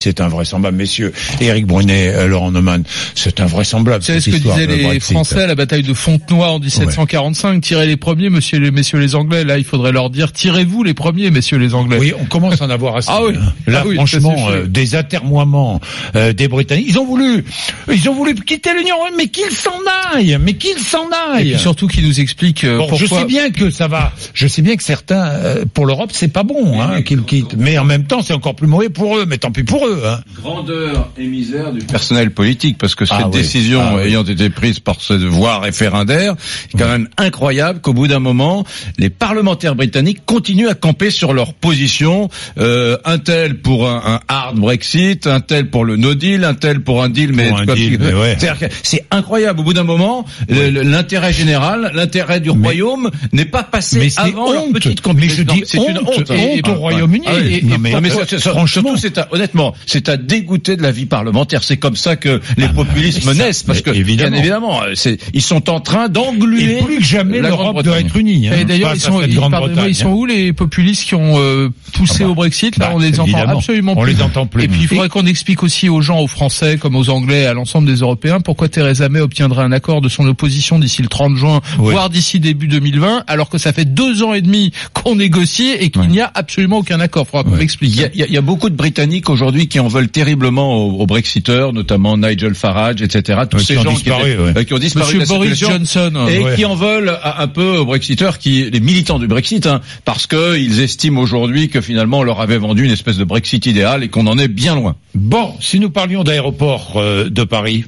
C'est invraisemblable, messieurs. Éric Brunet, euh, Laurent Neumann, c'est invraisemblable. C'est cette ce que histoire disaient de les Brexit. Français à la bataille de Fontenoy en 1745. Tirez les premiers, monsieur les, messieurs les Anglais. Là, il faudrait leur dire, tirez-vous les premiers, messieurs les Anglais. Oui, on commence à en avoir assez. Ah oui. hein. Là, Ah oui, franchement, ça suffit. euh, des atermoiements euh, des Britanniques. Ils ont voulu, ils ont voulu quitter l'Union européenne, mais qu'ils s'en aillent, mais qu'ils s'en Et aillent. puis surtout qu'ils nous expliquent euh, Bon, pourquoi. je sais bien que ça va. Je sais bien que certains, euh, pour l'Europe, c'est pas bon hein, qu'ils quittent. Mais en même temps, c'est encore plus mauvais pour eux. Mais tant pis pour eux. Hein. grandeur et misère du personnel politique, parce que cette Ah oui. décision Ah oui. ayant été prise par cette voie référendaire, c'est quand même incroyable qu'au bout d'un moment, les parlementaires britanniques continuent à camper sur leur position, euh, un tel pour un, un hard Brexit, un tel pour le no deal, un tel pour un deal, mais un deal, mais ouais. C'est-à-dire que c'est incroyable. Au bout d'un moment, le- le- l'intérêt général, l'intérêt du royaume n'est pas passé Mais c'est avant leur honte. petite Mais je compétition. dis C'est une honte, honte honte, au Ah, ouais. Royaume-Uni. Ah oui. Et- et- Non, mais- et- mais ça- ça- ça- franchement, surtout, c'est à- honnêtement, c'est à dégoûter de la vie parlementaire. C'est comme ça que les populismes Ah, mais ça- naissent, parce que mais évidemment. bien évidemment, euh, c'est- ils sont en train Et d'engluer. plus que jamais, la l'Europe doit Grande-Bretagne. être unie. hein, Et d'ailleurs, ils face à sont, cette ils- Grande-Bretagne, pardonnez-moi, ils sont hein. où les populistes qui ont euh, poussé Ah bah, au Brexit Là, bah, on les entend évidemment. absolument On plus. les entend plus. hein. Et puis, il faudrait qu'on explique aussi aux gens, aux Français, comme aux Anglais, à l'ensemble des Européens, pourquoi Theresa May obtiendra un accord de son opposition d'ici le 30 juin, Oui. voire d'ici début 2020, alors que ça fait deux ans et demi qu'on négocie et qu'il n'y a absolument aucun accord. Faudra qu'on m'explique. Il y, a, il y a- il y a beaucoup de Britanniques aujourd'hui qui en veulent terriblement aux, aux Brexiteurs, notamment Nigel Farage, etc. Tous Ouais, ces qui ont gens disparu, qui, étaient- ouais. euh, qui ont disparu Monsieur de la Boris circulation. Johnson. et Ouais. qui en veulent à- un peu aux Brexiteurs, qui les militants du Brexit, hein, parce que ils estiment aujourd'hui que finalement on leur avait vendu une espèce de Brexit idéal et qu'on en est bien loin. Bon, si nous parlions d'aéroport euh, de Paris,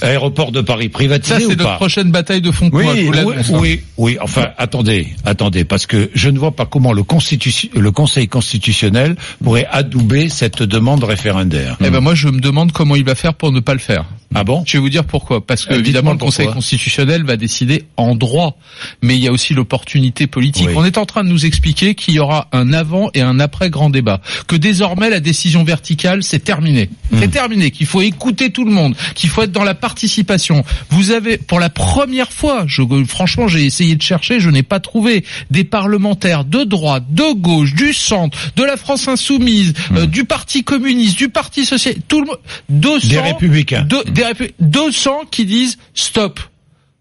aéroport de Paris privatisé Hmm. Ça, c'est ou notre pas prochaine bataille de oui, Fontenoy. je vous hein. oui, l'annonce. oui, oui. Enfin, attendez, attendez, parce que je ne vois pas comment le, constitution- le Conseil constitutionnel pourrait adouber cette demande référendaire. Eh ben moi, je me demande comment il va faire pour ne pas le faire. Ah bon Je vais vous dire pourquoi. Parce que Euh, dites-moi évidemment, le pourquoi. Conseil constitutionnel va décider en droit, mais il y a aussi l'opportunité politique. Oui. On est en train de nous expliquer qu'il y aura un avant et un après grand débat, que désormais la décision verticale c'est terminé, Hmm. c'est terminé, qu'il faut écouter tout le monde, qu'il faut être dans la participation. Vous avez pour la première fois, je, franchement, j'ai essayé de chercher, je n'ai pas trouvé des parlementaires de droite, de gauche, du centre, de la France insoumise, Hmm. euh, du Parti communiste, du Parti socialiste, tout le monde, 200 Des républicains. deux- des répu- 200 qui disent stop.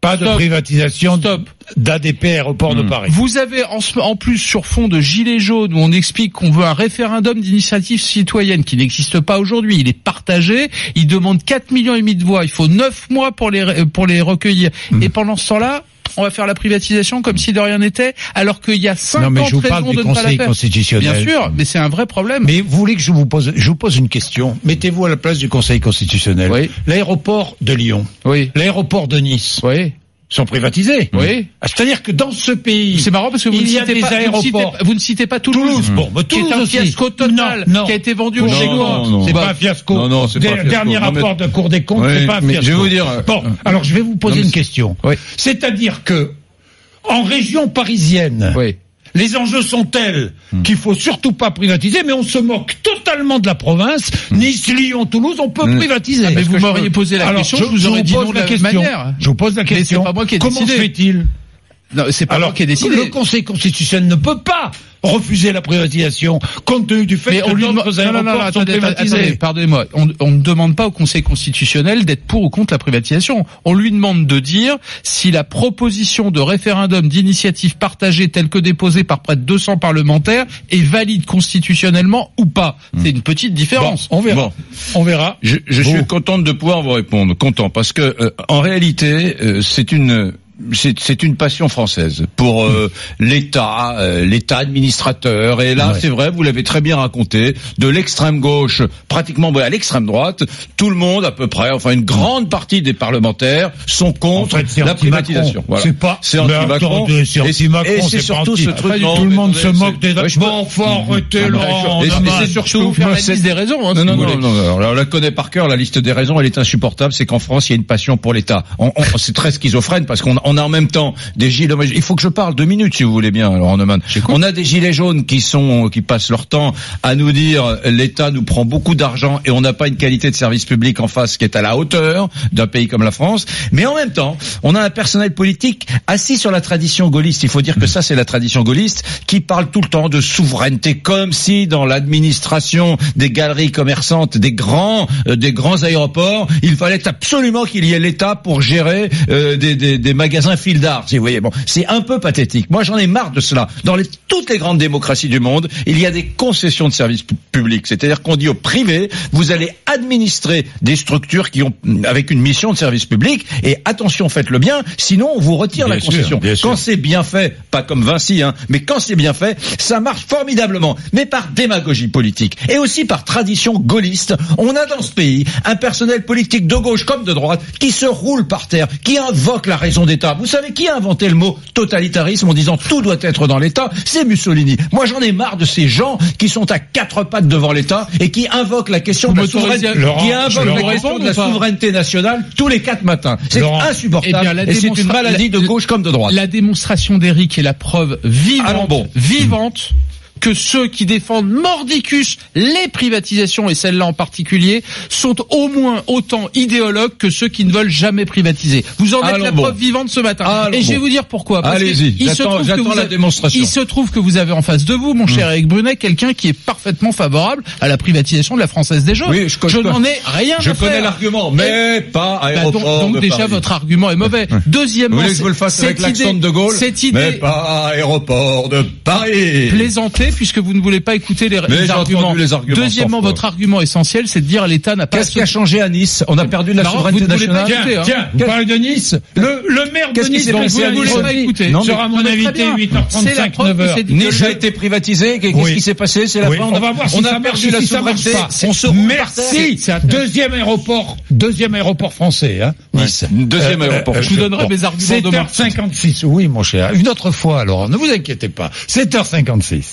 Pas de Stop. privatisation Stop. Hmm. d'ADP Aéroport de Paris. Vous avez en, ce- en plus sur fond de gilets jaunes où on explique qu'on veut un référendum d'initiative citoyenne qui n'existe pas aujourd'hui. Il est partagé. Il demande 4 millions et demi de voix. Il faut 9 mois pour les, re- pour les recueillir. Hmm. Et pendant ce temps-là, on va faire la privatisation comme si de rien n'était, alors qu'il y a 50 Non, mais je vous parle raisons du de ne pas la Conseil faire. constitutionnel. Bien sûr, mais c'est un vrai problème. Mais vous voulez que je vous pose, je vous pose une question. Mettez-vous à la place du Conseil constitutionnel. Oui. L'aéroport de Lyon, Oui, l'aéroport de Nice oui, sont privatisés. oui. Ah, C'est-à-dire que dans ce pays, C'est marrant parce que vous Il ne y a citez des pas, vous ne citez aéroports. pas- vous ne citez pas Toulouse, Toulouse, bon, mais qui est Toulouse un aussi. fiasco total, Non, non. qui a été vendu au Cour des Non, comptes, non, non. c'est Bah, pas un fiasco. non, non, c'est pas un Dé- fiasco. Dernier Non, mais- rapport de Cour des comptes, Oui, c'est pas un mais fiasco. je vais vous dire, euh, Bon, alors je vais vous poser Non, mais une c'est- question. Oui. C'est-à-dire que en région parisienne, Oui. les enjeux sont tels qu'il faut surtout pas privatiser, mais on se moque totalement de la province. Nice, Lyon, Toulouse, on peut privatiser. mais Est-ce vous que je m'auriez peux- posé la Alors, question, je vous aurais dit pose non de la la même question. manière. Je vous pose la Mais c'est question. pas moi qui ai Comment décidé. se fait-il Non, c'est pas moi qui ai décidé. le Conseil constitutionnel ne peut pas refuser la privatisation compte tenu du fait Mais que on lui demande. d'autres Non, non, aéroports non, sont attendez, privatisés. attendez, pardonnez-moi. On, on ne demande pas au Conseil constitutionnel d'être pour ou contre la privatisation. On lui demande de dire si la proposition de référendum d'initiative partagée telle que déposée par près de 200 parlementaires est valide constitutionnellement ou pas. C'est une petite différence. Bon, on verra. Bon. On verra. Je, je Vous. suis content de pouvoir vous répondre, content, parce que euh, en réalité, euh, c'est une c'est c'est une passion française pour euh, l'État, euh, l'État administrateur. Et là, Hmm. Ouais. c'est vrai, vous l'avez très bien raconté, de l'extrême gauche pratiquement à l'extrême droite, tout le monde à peu près, enfin une grande partie des parlementaires sont En contre fait, c'est la anti-Macron. privatisation. Voilà. C'est pas- c'est Mais anti-Macron. attendez, c'est Et- anti-Macron, et c'est c'est pas surtout anti- ce truc. Tout non, le mais monde attendez, se moque c'est- des. Ouais, je peux- Ah, Bon, faut arrêter, Laurent. et c'est- Neumann. et c'est surtout- vous faire la Mais c'est- liste des raisons. hein, non, si non, vous non, voulez. non, non, alors, on la connaît par cœur, la liste des raisons, elle est insupportable, c'est qu'en France, il y a une passion pour l'État. On- on- C'est très schizophrène parce qu'on on on a en même temps des gilets. Il faut que je parle deux minutes, si vous voulez bien, alors Neumann. On a des gilets jaunes qui sont, qui passent leur temps à nous dire l'État nous prend beaucoup d'argent et on n'a pas une qualité de service public en face qui est à la hauteur d'un pays comme la France. Mais en même temps, on a un personnel politique assis sur la tradition gaulliste. Il faut dire que ça, c'est la tradition gaulliste qui parle tout le temps de souveraineté, comme si dans l'administration des galeries commerçantes, des grands, euh, des grands aéroports, il fallait absolument qu'il y ait l'État pour gérer euh, des, des- des magasins fil d'art. Si vous voyez, bon, c'est un peu pathétique. Moi, j'en ai marre de cela. Dans les- toutes les grandes démocraties du monde, il y a des concessions de services pu- publics. C'est-à-dire qu'on dit au privé, vous allez administrer des structures qui ont avec une mission de service public. Et attention, faites-le bien, sinon on vous retire Bien la sûr, concession. bien sûr. Quand c'est bien fait, pas comme Vinci, hein, mais quand c'est bien fait, ça marche formidablement, mais par démagogie politique et aussi par tradition gaulliste. On a dans ce pays un personnel politique de gauche comme de droite qui se roule par terre, qui invoque la raison d'État. Vous savez qui a inventé le mot totalitarisme en disant tout doit être dans l'État C'est Mussolini. Moi, j'en ai marre de ces gens qui sont à quatre pattes devant l'État et qui invoquent la question Vous de la m'autorisez souveraineté, à- Laurent, qui je invoquent leur la question réponds de la ou pas souveraineté nationale tous les quatre matins. C'est Laurent, insupportable eh bien, la et c'est une démonstra- maladie de la- gauche comme de droite. La démonstration d'Eric est la preuve Allons vivante, bon. vivante que ceux qui défendent mordicus les privatisations et celle-là en particulier sont au moins autant idéologues que ceux qui ne veulent jamais privatiser. Vous en êtes Allons la bon. preuve vivante ce matin. Allons et je vais bon. vous dire pourquoi. Parce que Allez-y, il se j'attends- trouve que j'attends vous la avez- démonstration. Hmm. Il se trouve que vous avez en face de vous, mon cher Eric Brunet, quelqu'un qui est parfaitement favorable à la privatisation de la Française des Jeux. Oui, je- je- n'en ai rien Je à connais faire. l'argument, Et- mais pas Bah, donc, aéroport donc de déjà Paris. votre argument est mauvais. Vous Deuxièmement, voulez que je vous le fasse cette avec l'accent de idée- De Gaulle Cette Mais idée pas aéroport de Paris plaisanter puisque vous ne voulez pas écouter les, Mais les j'ai entendu arguments. les arguments, Deuxièmement, sans foi. votre argument essentiel, c'est de dire l'État n'a pas. Qu'est-ce qui a changé à Nice On a perdu de la Laurent, souveraineté vous ne voulez pas nationale Tiens, dire- écoutez, hein. tiens, vous parlez de Nice Le, le maire de Qu'est-ce qui Nice, s'est dont passé vous à avez Nice parlé, pas écouter. Non, mais- sera mon mais très invité bien. 8h35, C'est la preuve que 9h. c'est Nice a idéologique. été privatisé, qu'est- qu'est-ce Oui. qui s'est passé C'est la Oui, fin, on va voir si on ça a marche perdu ou la si ça marche souveraineté. pas. On se roule par terre. Merci. C'est- c'est- Deuxième aéroport, deuxième aéroport français, hein, Nice. Euh, Deuxième aéroport. Je vous donnerai mes arguments demain. 7h56, oui mon cher. Une autre fois alors, ne vous inquiétez pas. 7h56.